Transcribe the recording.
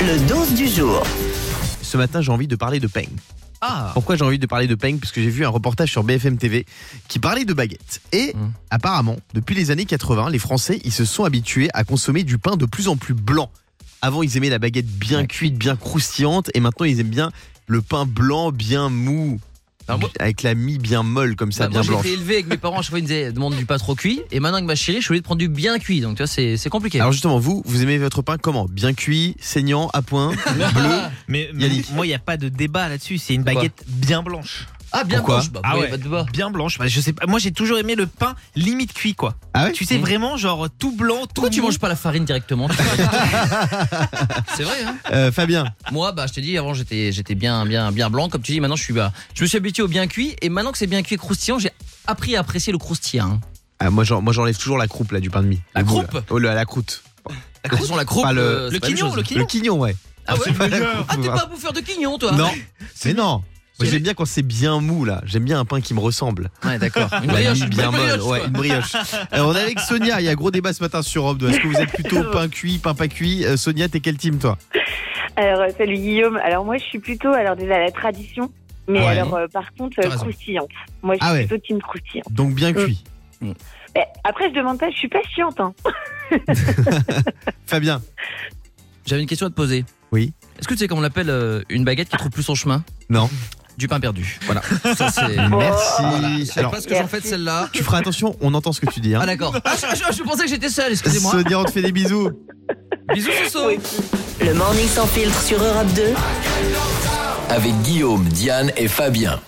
Le 12 du jour. Ce matin, j'ai envie de parler de Peng. Ah Pourquoi j'ai envie de parler de Peng Parce que j'ai vu un reportage sur BFM TV qui parlait de baguettes. Et Mm. apparemment, depuis les années 80, les Français, ils se sont habitués à consommer du pain de plus en plus blanc. Avant, ils aimaient la baguette bien Ouais. cuite, bien croustillante, et maintenant, ils aiment bien le pain blanc, bien mou, Alors moi- avec la mie bien molle comme ça, Bah, moi, bien j'ai blanche. été élevé avec mes parents, à chaque fois ils me disaient demande du pas trop cuit. Et maintenant avec ma chérie, je suis obligé de prendre du bien cuit. Donc tu vois, c'est c'est compliqué. Alors justement, vous, vous aimez votre pain comment Bien cuit, saignant, à point, bleu Ah, Mais mais Yannick. moi, il n'y a pas de débat là-dessus. C'est une Pourquoi baguette bien blanche. ah, bien pourquoi blanche. Bah, Ah oui, ouais. pas de débat. Bien blanche. Bah, je sais pas. Moi, j'ai toujours aimé le pain limite cuit, quoi. Ah ouais Tu sais, Mmh. vraiment, genre tout blanc, tout. Pourquoi tu mou. manges pas la farine directement C'est vrai, hein Euh, Fabien, Moi, bah, je t'ai dit, avant, j'étais, j'étais bien, bien, bien blanc, comme tu dis. Maintenant, je suis, bah, je me suis habitué au bien cuit. Et maintenant que c'est bien cuit et croustillant, j'ai appris à apprécier le croustillant. Ah, moi, j'en- moi, j'enlève toujours la croupe là du pain de mie. La Le bout, là. croupe Oh, le- la croûte. La croûte, la croupe, Pas le- euh, c'est Le pas la même quignon, chose. le Le quignon. quignon, ouais. Ah ouais C'est pas la croupe, Ah, t'es voilà. pas un bouffeur de quignon, toi Non, mais C'est- non. Moi, c'est- j'aime bien quand c'est bien mou là. J'aime bien un pain qui me ressemble. Ouais, d'accord. Une La brioche, mie une bien bonne molle, brioche, ouais, quoi. une brioche. Alors, on est avec Sonia. Il y a gros débat ce matin sur Europe 2. Est-ce que vous êtes plutôt pain cuit, pain pas cuit Euh, Sonia, t'es quel team toi Alors, euh, salut Guillaume. Alors, moi, je suis plutôt alors déjà la tradition, mais Ouais. alors, euh, par contre, T'as euh, raison. croustillante. Moi, je suis Ah ouais. plutôt team croustillante. Donc bien Euh. cuit. Mais après, je demande pas, je suis patiente. Hein. Fabien, J'avais une question à te poser. Oui. Est-ce que tu sais comment on l'appelle euh, une baguette qui trouve plus son chemin Non. Du pain perdu. Voilà. Ça, c'est. merci. Je sais Alors, pas ce que j'en Merci. fais de celle-là. tu feras attention. On entend ce que tu dis. hein. Ah, d'accord. Ah, je, je- je pensais que j'étais seul, excusez-moi. Sonia, on te fait des bisous. Bisous, Soso. Le morning sans filtre sur Europe 2. avec Guillaume, Diane et Fabien.